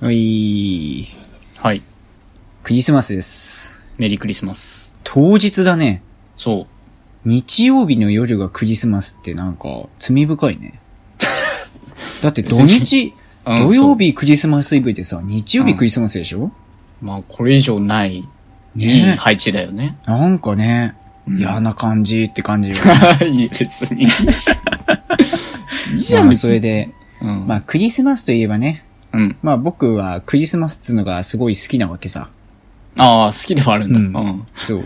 はい。はい。クリスマスです。メリークリスマス。当日だね。そう。日曜日の夜がクリスマスってなんか、罪深い ね。だって土日、うん土曜日クリスマスイブでさ、日曜日クリスマスでしょ、まあ、これ以上ない、いいねえ配置だよね。なんかね、嫌な感じって感じよ。ま いい、別にいいじゃん。 いいじゃん、あ別それに。で、 うん。まあクリスマスといえばね、うん。まあ僕はクリスマスっつうのがすごい好きなわけさ。ああ、好きではあるんだ。ううんん。そう。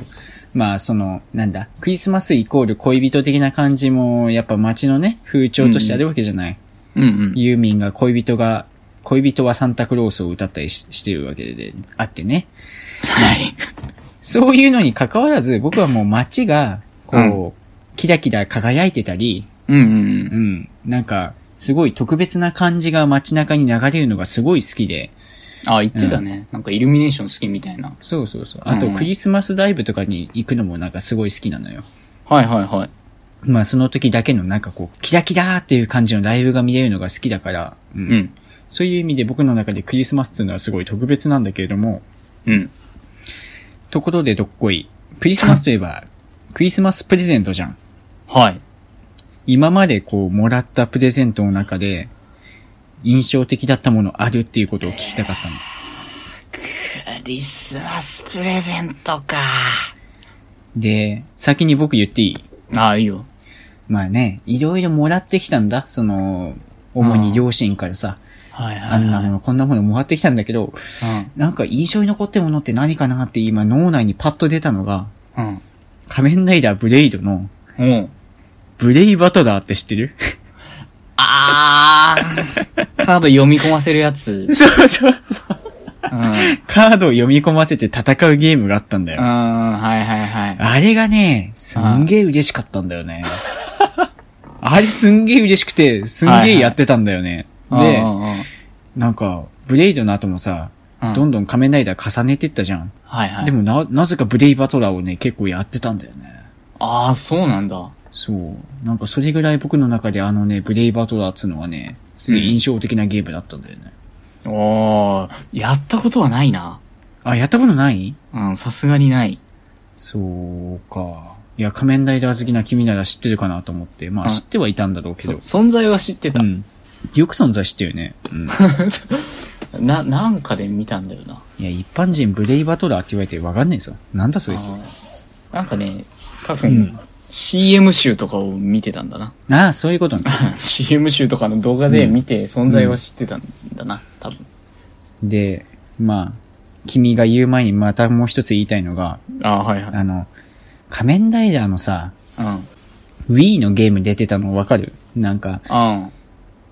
まあ、その、なんだ、クリスマスイコール恋人的な感じも、やっぱ街のね、風潮としてあるわけじゃない。うんうん。ユーミンが恋人が、恋人はサンタクロースを歌ったりししてるわけで、あってね。はい。そういうのに関わらず、僕はもう街が、こう、キラキラ輝いてたり、うんうんう。ん、なんか、すごい特別な感じが街中に流れるのがすごい好きで、ああ、言ってたね。なんかイルミネーション好きみたいな。そうそうそう。あと、うんクリスマスライブとかに行くのもなんかすごい好きなのよ。はいはいはい。まあその時だけのなんかこう、キラキラーっていう感じのライブが見れるのが好きだから、うんうん。そういう意味で僕の中でクリスマスっていうのはすごい特別なんだけれども、うん。ところでどっこい、クリスマスといえば、クリスマスプレゼントじゃん。はい。今までこう、もらったプレゼントの中で、印象的だったものあるっていうことを聞きたかったの。クリスマスプレゼントか。で、先に僕言っていいああ、いいよ。まあね、いろいろもらってきたんだ。その、主に両親からさ、はいはい。あんなもの、こんなものもらってきたんだけど、なんか印象に残ってるものって何かなって今脳内にパッと出たのが、うん。仮面ライダーブレイドのうん。うん。ブレイバトラーって知ってる あー。 カード読み込ませるやつ。そうそうそう。うん。カードを読み込ませて戦うゲームがあったんだうよ。ん、はいはいはい。あれがね、すんげえ嬉しかったんだよね。あれすんげえ嬉しくて、すんげえやってたんだよね。うで、んうんうんなんか、ブレイドの後もさ、うんどんどん仮面ライダー重ねてったじゃん。はいはい。でもな、なぜかブレイバトラーをね、結構やってたんだよね。ああ、そうなんだ。そう。なんかそれぐらい僕の中であのね、ブレイバトラーっつうのはね、すげえ印象的なゲームだったんだよね。おー、やったことはないな。あ、やったことないうん、さすがにない。そうか。いや、仮面ライダー好きな君なら知ってるかなと思って、まあうん知ってはいたんだろうけそど。存在は知ってたう。ん。よく存在してるね。うん。な、なんかで見たんだよな。いや、一般人ブレイバトラーって言われてわかんねえぞ。なんだそれって。あーなんかね、多分、CM 集とかを見てたんだな。 ああ、そういうことね。 CM 集とかの動画で見て存在は知ってたんだな、多分。で、まあ、君が言う前にまたもう一つ言いたいのが、あーはいはい。あの、仮面ライダーのさ、う Wii のゲーム出てたのわかるなんか、ん。うん。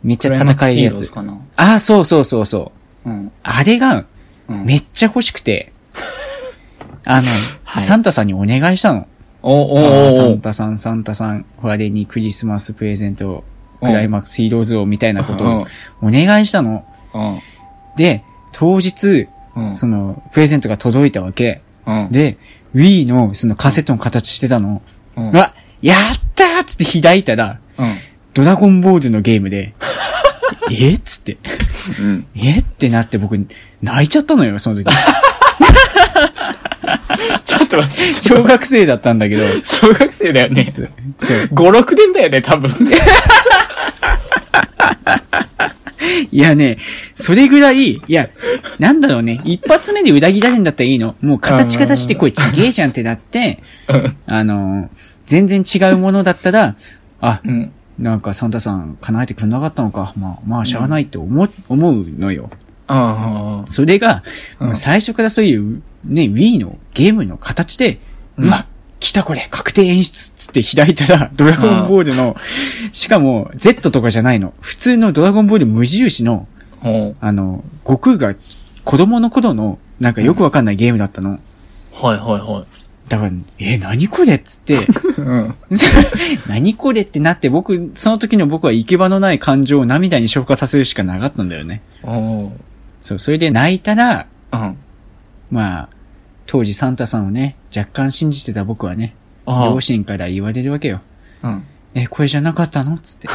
めっちゃ戦えるやクライマックスヒーローズつ。かな。ああ、そうそうそうそう。うん。あれが、うんめっちゃ欲しく て、あの、はいサンタさんにお願いしたの。お、おあー、サおンおタさん、サンタさん、我々にクリスマスプレゼントを、クライマックスヒーローズをみたいなことをお願いしたの。うん。で、当日、うん。その、プレゼントが届いたわけ。うん。で、Wii のそのカセットの形してたの。うんうわ、やったーっつって開いたら、うん。ドラゴンボールのゲーム で、えっつって。うん。えってなって僕、泣いちゃったのよ、その時。ちょっと待って、ちょ小学生だったんだけど。小学生だよね。そう。そう5、6年だよね、多分。いやね、それぐらい、いや、なんだろうね、一発目で裏切られんだったらいいの。もう形からしてこれちげえじゃんってなって、あのー、全然違うものだったら、あ、うん。なんかサンタさん叶えてくんなかったのか。まあ、まあ、しゃあないって思う、思うのよ。あそれが、もう最初からそういう、ね、Wii のゲームの形で、うわ、来たこれ、確定演出っつって開いたら、ドラゴンボールの、しかも、Z とかじゃないの。普通のドラゴンボール無印の、あ。うん。あの、悟空が子供の頃の、なんかよくわかんないゲームだったの。はいはだから、え、何これっつ って、 いはい。うん。何これってなって、僕、その時の僕は行き場のない感情を涙に消化させるしかなかったんだよね。おーそう、それで泣いたら、うん。まあ、当時サンタさんをね、若干信じてた僕はね、ああ両親から言われるわけよ。うん。え、これじゃなかったのつって。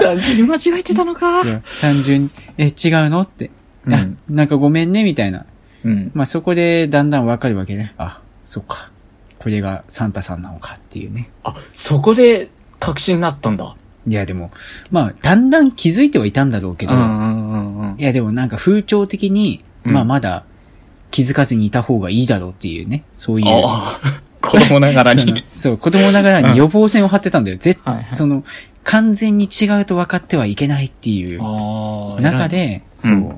単純に間違えてたのか。いや単純に、え、違うのって。うんあ なんかごめんね、みたいな。うん。まあ、そこでだんだんわかるわけね。あ、そっか。これがサンタさんなのかっていうね。あ、そこで確信になったんだ。いや、でも、まあ、だんだん気づいてはいたんだろうけうんど、うんうんうんい。や、でもなんか風潮的に、うんまあ、まだ気づかずにいた方がいいだろうっていうね。そういう。ああ、子供ながらそのに。そう、子供ながらに予防線を張ってたんだよ。絶はいはいその、完全に違うと分かってはいけないっていうあ中、で、そう、偉いね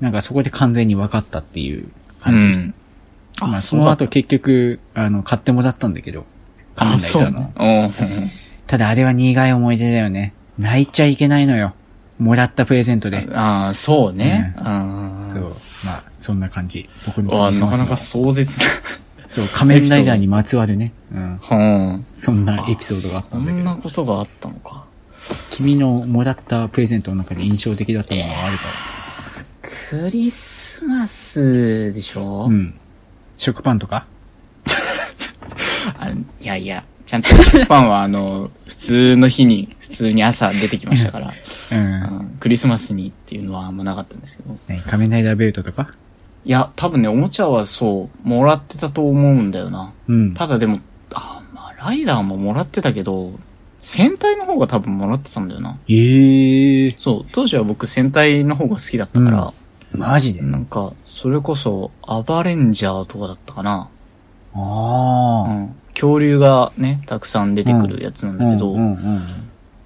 なんかそこで完全に分かったっていうう感じ。ん。まあ、そそうのだ後結局、あの、買ってもらったんだけど。仮面あ、ライそダうーねの。。うん。ただあれは苦い思い出だよね。泣いちゃいけないのよ。もらったプレゼントで。ああ、そうね。うああ。そう。まあ、そんな感じ。僕のわあ、なかなのか壮絶だ。そう、仮面ライダーにまつわるね。うん。うん。そんなエピソードがあったんだけそんなど。ことがあったのか。君のもらったプレゼントの中で印象的だったものはあるかクリスマスでしょら。うん。食パンとかあいやいや、ちゃんと食パンはあの、普通の日に、普通に朝出てきましたから、うん。うんクリスマスにっていうのはあんまなかったんですけど。何仮面ライダーベルトとかいや、多分ね、おもちゃはそう、もらってたと思うんだよな。うん。ただでも、あ、まあ、ライダーももらってたけど、戦隊の方が多分もらってたんだよな。ええー。そう、当時は僕戦隊の方が好きだったから、マジでなんか、それこそ、アバレンジャーとかだったかな。うああ。ん。恐竜がね、たくさん出てくるやつなんだけど、うんうんうん。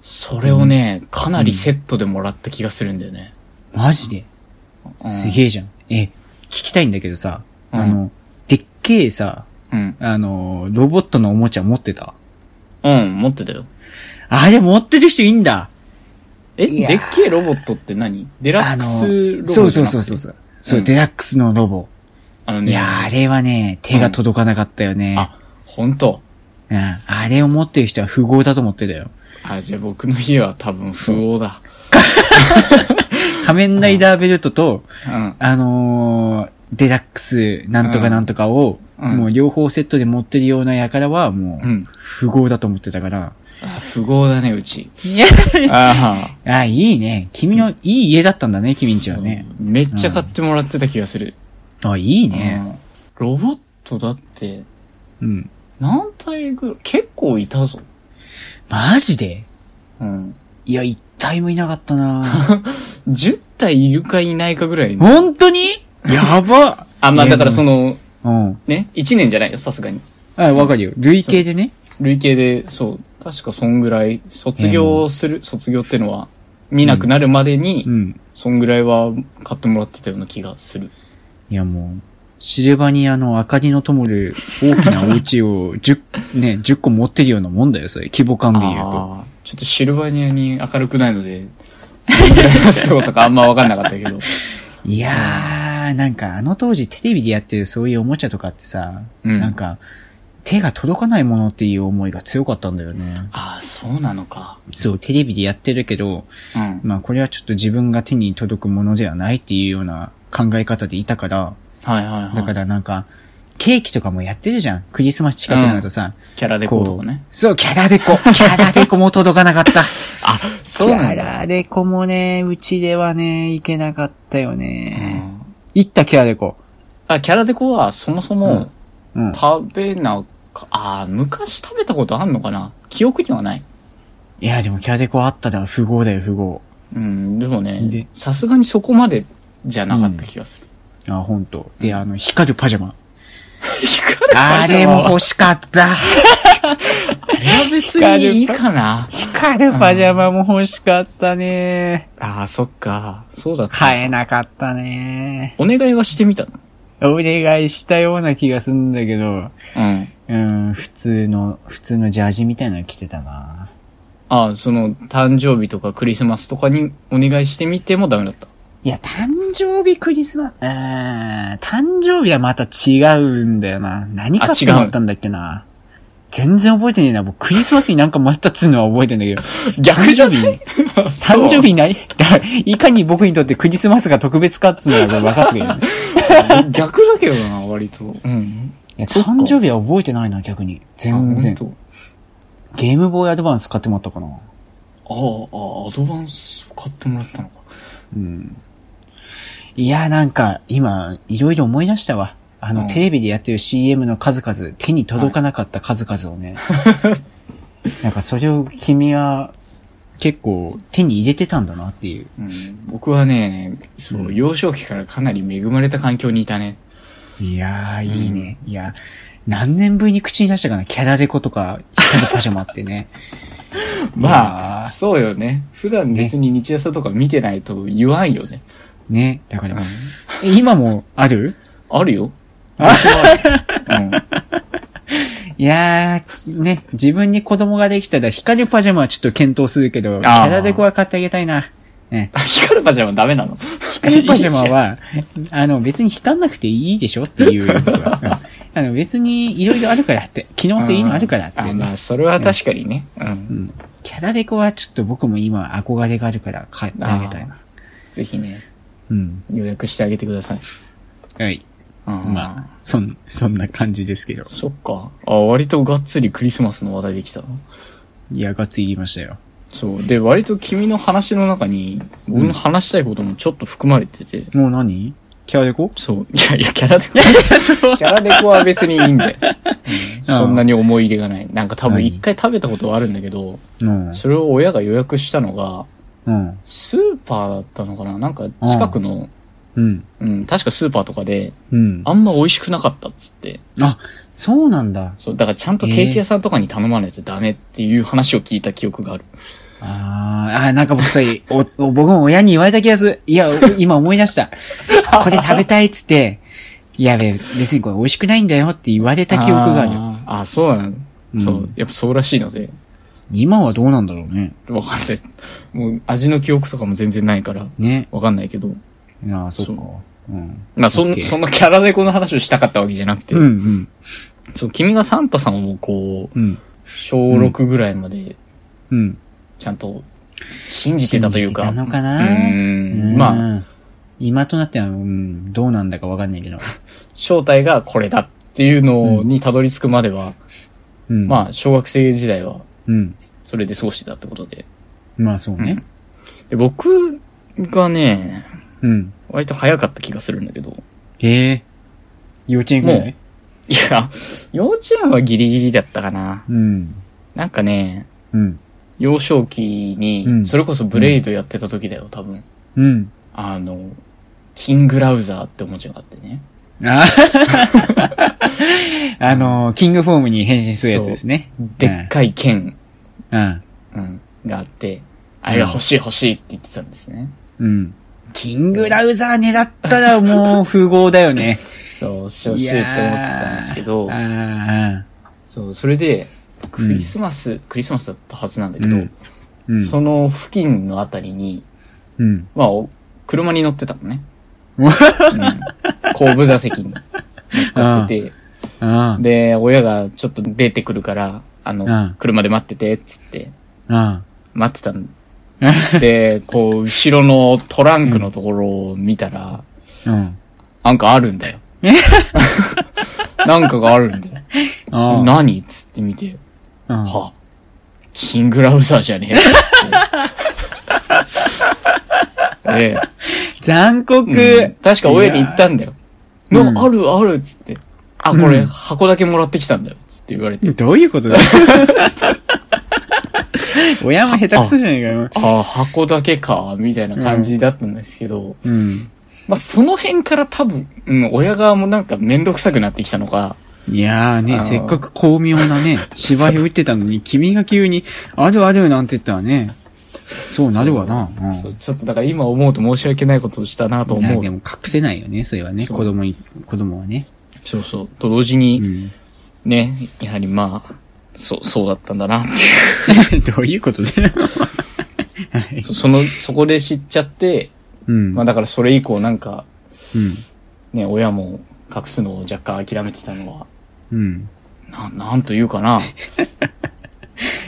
それをね、かなりセットでもらった気がするんだよね。マジですげえじゃん。え、聞きたいんだけどさ、うんあの、でっけえさ、うん。あの、ロボットのおもちゃ持ってたうん、持ってたよ。あれ持ってる人いいんだえ、いやーでっけえロボットって何デラあックの、スロボットそうそうそうそうそう。そう、うんデラックスのロボ。あのいね、やー、あれはね、手が届かなかったよね。あ、ほんと。うん、あれを持ってる人は富豪だと思ってたよ。あ、じゃあ僕の家は多分不合だ。仮面ライダーベルトと、うん。あのー、デラックスなんとかなんとかを、うんもう両方セットで持ってるようなやからは、もうう、ん富豪だと思ってたから。あ、不合だね、うち。いやああ、いいね。君の、いい家だったんだね、君んちあ、はね。めっちゃ買ってもらってた気がする。あ、いいね。うんロボットだって、うん。何体ぐらい、結構いたぞ。マジでうん。いや、一体もいなかった な10体いるかいないかぐらいの。本当にやばあ、まあだからその、の、うん。ね、1年じゃないよ、さすがに。あ、わかるよ。累計でね。累計で、そう、確かそんぐらい、卒業する、卒業ってのは、見なくなるまでに、うん。そんぐらいは買ってもらってたような気がする。いや、もう、シルバニアの明かりの灯る大きなお家を 10、ね、10個持ってるようなもんだよ、それ。規模感で言うと。あーちょっとシルバニアに明るくないので、どんぐらいの凄さかあんま分かんなかったけど。いやー、なんかあの当時テレビでやってるそういうおもちゃとかってさ、うんなんか、手が届かないものっていう思いが強かったんだよね。 ああ、そうなのか。そう、テレビでやってるけど、うん。まあこれはちょっと自分が手に届くものではないっていうような考え方でいたから、はいはいはい。だからなんか、ケーキとかもやってるじゃん。クリスマス近くになるとさ、キャラデコとかね。そう、キャラデ コ。キャラデコも届かなか った。あ、そうなんキャだ。ラデコもね、うちではね、いけなかったようね。ん行ったキャラデコ。あ、キャラデコはそもそもうん。食べなか、ああ、昔食べたことあんのかな記憶にはない。いや、でもキャラデコあったら不合だよ、不合。うん、でもでね、さすがにそこまでじゃなかった気がする。あ、ほんと。で、あの、光るパジャマ。光あれも欲しかった。あれは別にいいかな。光るパジャマも欲しかったね。ああ、そっか。そうだった。買えなかったね。お願いはしてみたの。お願いしたような気がするんだけど、うん。うん、普通の、普通のジャージみたいなの着てたな。ああ、その、誕生日とかクリスマスとかにお願いしてみてもダメだった。いや、誕生日クリスマス、うーん、誕生日はまた違うんだよな。何買ってもらったんだっけな。全然覚えてねえな。もうクリスマスになんかもらったっつうのは覚えてんだけ ど。逆じゃん。 誕生日日ない だいかに僕にとってクリスマスが特別かっつうのが分かってくる よね。逆だけどな、割と。うん。いや、そっか誕生日は覚えてないな、逆に。全然あ。ほんとゲームボーイアドバンス買ってもらったかな。ああ、ああ、アドバンスを買ってもらったのか。うん。いや、なんか、今、いろいろ思い出したわ。あの、うんテレビでやってる CM の数々、手に届かなかった数々を ね。なんか、それを君は、結構、手に入れてたんだなっていう。うん、僕はね、そう、幼少期からかなり恵まれた環境にいたね。いやー、いいね。いや、何年ぶりに口に出したかな。キャラデコとか、光るパジャマってね。 まいやーあ、そうよね。普段別に日朝とか見てないと言わんよね。ね。だから、え今もあるあるよ。うん、いやー、ね、自分に子供ができたら光るパジャマはちょっと検討するけど、ーキャラデコは買ってあげたいな。ね。あ光るパジャマダメなの光るパジャマは、あの、別に光んなくていいでしょっていう。う んあの、別にいろいろあるからって、機能性いいのあるからってあ、。まあ、それは確かにね。うん。うんキャラデコはちょっと僕も今憧れがあるから買ってあげたいな。ぜひね、うん。予約してあげてください。はい。うんまあ、そん、そんな感じですけど。そっか。あ、割とがっつりクリスマスの話題できたな。いや、がつい言いましたよ。そう。で、割と君の話の中に、僕の話したいこともちょっと含まれてて。もう何キャラデコそう。いやいや、キャラで、そうキャラデコは別にいいんで。うんそんなに思い入れがない。なんか多分何一回食べたことはあるんだけど、 うん。それを親が予約したのが、うん。スーパーだったのかななんか近くの、うん。うん、確かスーパーとかで、うん。あんま美味しくなかったっつって。あ、そうなんだ。そう、だからちゃんとケーキ屋さんとかに頼まないとダメっていう話を聞いた記憶がある。あーあー、なんか僕それ、 お、お僕も親に言われた気がする。いや、お今思い出 した。これ食べたいっつって、いやべ、別にこれ美味しくないんだよって言われた記憶がある。あーあー、そうなの、うんそう、やっぱそうらしいので、今はどうなんだろうね。わかんない。もう味の記憶とかも全然ないから、ね。わかんないけど。ああ、そっかそ。うん。まあ、そオんッケ、ーそのキャラでこの話をしたかったわけじゃなくて、うんうん。そう、君がサンタさんをこう、うん。小6ぐらいまで、うん。ちゃんと、信じてたというか。信じてたのかなうーん。まあ、あ。今となっては、うん、どうなんだかわかんないけど。正体がこれだっていうのにたどり着くまでは、うん。あ。まあ、小学生時代は、うん。それで過ごしてたってことで。まあそうね。で、僕がね、うん。割と早かった気がするんだけど。へえ。幼稚園ぐらもいいや、幼稚園はギリギリだったかな。うん。なんかね、うん。幼少期うに、んそれこそブレイドやってた時だよ、多分。うん。あの、キングラウザーっておもちゃがあってね。 ああの、キングフォームに変身するやつですね。でっかい剣、うん。うん、があって、あれが欲しい欲しいって言ってたんですね。うん。キングラウザー狙ったらもう富豪だよね。そう、欲しい欲しいって思ってたんですけどあ、あそう、それで、クリスマス、クリスマスだったはずなんだけど、うんうん。その付近のあたりに、うん。まあ、お車に乗ってたの ね。うん、後部座席に乗ってて、ああ。で、親がちょっと出てくるから、あの、うん車で待ってて、っつって、あ待ってたんで、こう、後ろのトランクのところを見たら、あ。うん。なんかあるんだよ。なんかがあるんだよ。ああ。何っつって見て、あは、キングラウザーじゃねえっつってで残酷、うん確か親に言ったんだよ。いやーのあるあるっつって。あ、これ箱だけもらってきたんだよ。つって言われて。どういうこと だ親も下手くそじゃないかよ。ああ、箱だけか、みたいな感じだったんですけど。うん。まあ、その辺から多分、うん、親側もなんかめんどくさくなってきたのか。いやーあね、のせっかく巧妙な ね、芝居を打ってたのに、君が急に、あるあるなんて言ったらね、そうなるわな。うんそうちょっとだから今思うと申し訳ないことをしたなとい思やうで。も隠せないよね、それはね、そう子供に、子供はね。 そうそう。と同時うに、ん。ね、やはりまあ、そう、そうだったんだなっていどういうことだ よ。う。そその、そこで知っちゃって、うん。まあだからそれ以降なんか、うん。ね、親も隠すのを若干諦めてたのは、うん。な、なんというかな。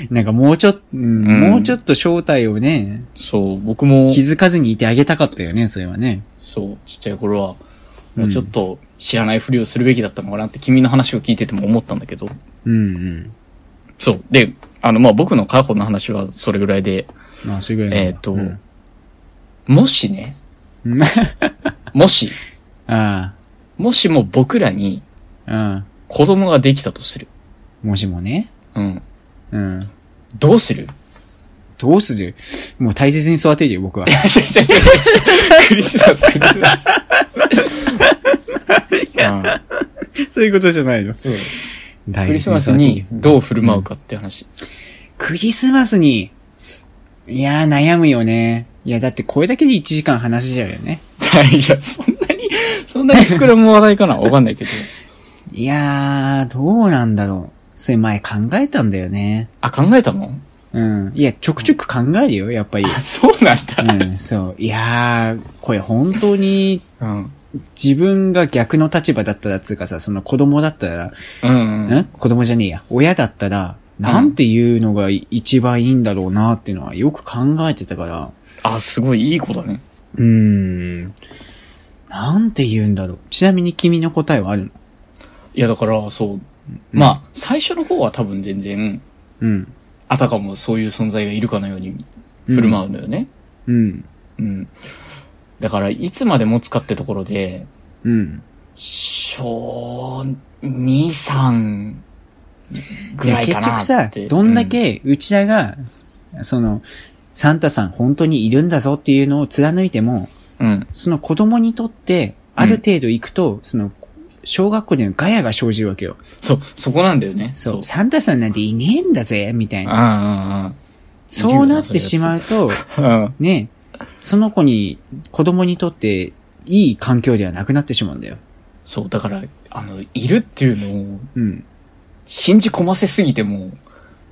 なんかもうちょっと、うんうんもうちょっと正体をね、そう、僕も、気づかずにいてあげたかったよね、それはね。そう、ちっちゃい頃は、もうちょっと知らないふりをするべきだったのかなって君の話を聞いてても思ったんだけど。うんうん。そう。で、あの、まあ僕の過去の話はそれぐらいで、まあ、それぐらいなんだえっ、と、うんもしね、もし、あもしも僕らにあ、子供ができたとする。うん。もしもね。うん。うん。どうす るどうするもう大切に育てるよ、僕 は。違う違う違う違うクリスマス、クリスマス。うんそういうことじゃないの。そう大クリスマス育てるにどう振る舞うかって話。クリスマスに、いやー悩むよね。いや、だってこれだけで1時間話しちゃうよね。いや、そんなに、そんなに膨らむ話題かなわかんないけど。いやー、どうなんだろう。それ前考えたんだよね。あ、考えたのうん。いや、ちょくちょく考えるよ、やっぱ り。あ、そうなんだ。うん、そう。いやー、これ本当にうん。自分が逆の立場だったら、つうかさ、その子供だったら、うんうん。ん子供じゃねえや。親だったら、なんていうのがい一番いいんだろうなっていうのはよく考えてたから。あ、すごいいい子だね。うーん。なんて言うんだろう。ちなみに君の答えはあるのいや、だから、そう。まあ、最初の方は多分全然、うん。あたかもそういう存在がいるかのように振る舞うのよね。うん。うん。だから、いつまでもつかってところで、うん。小2、3ぐらい結かな局っさて。、どんだけうちらが、その、サンタさん本当にいるんだぞっていうのを貫いても、うん、うん。その子供にとって、ある程度行くと、その、小学校でのガヤが生じるわけよ。そう、そこなんだよね。そ。そうう。サンタさんなんていねえんだぜ、みたいうんな。うんそうなってしまうと、うん。 うん。ね、その子に、子供にとって、いい環境ではなくなってしまうんだよ。そう、だから、あの、いるっていうのをうん。信じ込ませすぎても、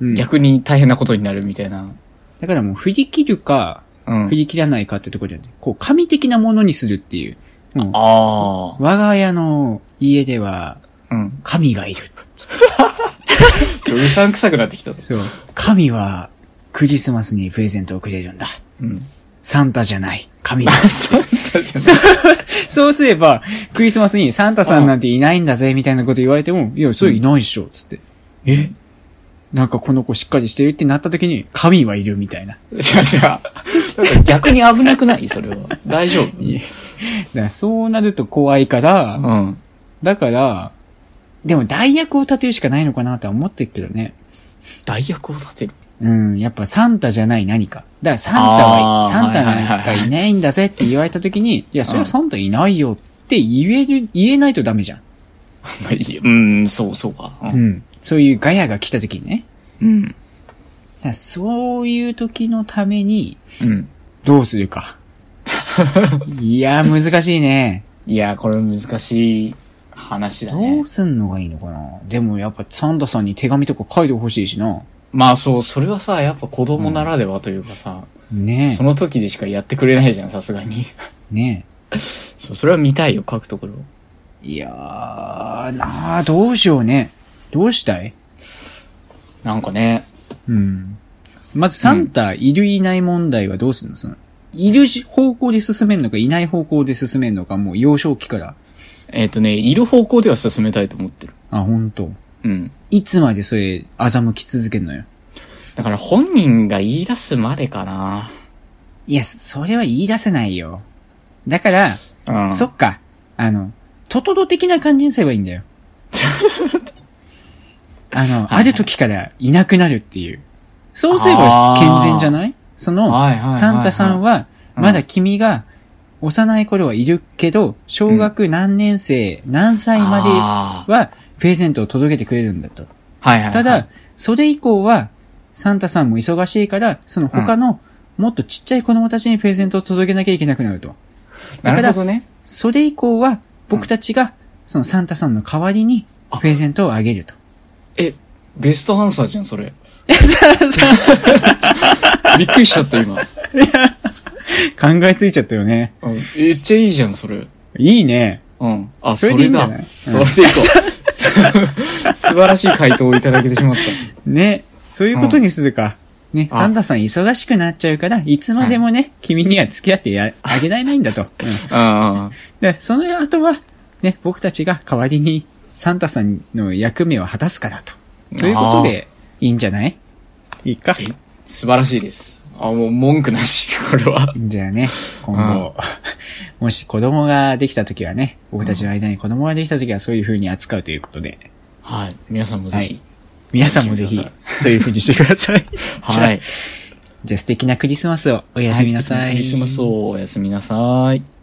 うん、だ逆に大変なことになるみたいな。からもう振り切るか、うん振。り切らないかってところじゃなくて、こう、神的なものにするっていう。うんあ我が家の家では、あ。うん。神がいる。ちょ、うさんくさくなってきたぞ。そう。神は、クリスマスにプレゼントをくれるんだ。 うん。サンタじゃない。神 だ。サンタじそう、そうすれば、クリスマスにサンタさんなんていないんだぜ、みたいなこと言われても、いや、それいないっしょ、つって。えなんかこの子しっかりしてるってなった時に、神はいるみたいな。ゃん。じゃあじゃあなんか逆に危なくないそれは。大丈夫いだからそうなると怖いから、うん。だから、でも代役を立てるしかないのかなとは思ってるけどね。代役を立てる。うん、やっぱサンタじゃない何か。だからサンタはあーい、サンタはないはいんはかいはいいないんだぜって言われた時に、いや、それうんはサンタいないよって言える、言えないとダメじゃん。まあいいようん、そうそうか。う。うんん。そういうガヤが来た時にね。うん。だからそういう時のために、うん。どうする か。いや、難しいね。いや、これ難しい話だどねう。すんのがいいのかな。でもやっぱサンタさんに手紙とか書いてほしいしな。まあそう、それはさ、やっぱ子供ならではというかさ、ねその時でしかやってくれないじゃん、さすがに。え。ねそう、それは見たいよ、書くところ。え。いやー、なあ、どうしようね。どうしたいなんかね、うん。まずサンタ、いるいない問題はどうするのその、いるし方向で進めるのか、いない方向で進めるのか、もう幼少期から。えっ、とね、いる方向では進めたいと思ってる。あ、ほんと。うん。いつまでそれ、欺き続けるのよ。だから本人が言い出すまでかな。いや、それは言い出せないよ。だから、うんそっか。あの、トトロ的な感じにすればいいん だよ。あの、ある時からいなくなるっていう。そうすればあー健全じゃないその、はいはいはいはいサンタさんは、うんまだ君が、幼い頃はいるけど、小学何年生、何歳まであーは、プレゼントを届けてくれるんだと。はいはいはい。ただ、、それ以降は、サンタさんも忙しいから、その他の、もっとちっちゃい子供たちにプレゼントを届けなきゃいけなくなると。だなからるほどね。それ以降は、僕たちが、そのサンタさんの代わりに、プレゼントをあげると。え、ベストアンサーじゃん、それ。 え、そうそう。びっくりしちゃった、今。考えついちゃったよね。うん。めっちゃいいじゃん、それ。いいね。うん。あ、そそれでいいれんじゃだない。それでいいか素晴らしい回答をいただけてしまった。ね。そういうことにするか。ね、あサンタさん忙しくなっちゃうから、いつまでもね、君には付き合ってやあげられないんだと。 うん。うんうん。で、その後は、ね、僕たちが代わりに、サンタさんの役目を果たすからと。そういうことで、いいんじゃないいいか。素晴らしいです。あ、もう文句なし、これは。じゃあね、今後、 もし子供ができた時はね、僕たちの間に子供ができた時はそういう風に扱うということで、はい。皆さんもぜひ。皆さんもぜひはい、そういう風にしてください。じゃあはい。じゃあ素敵なクリスマスをおやすみなさい。はい素敵なクリスマスをおやすみなさい。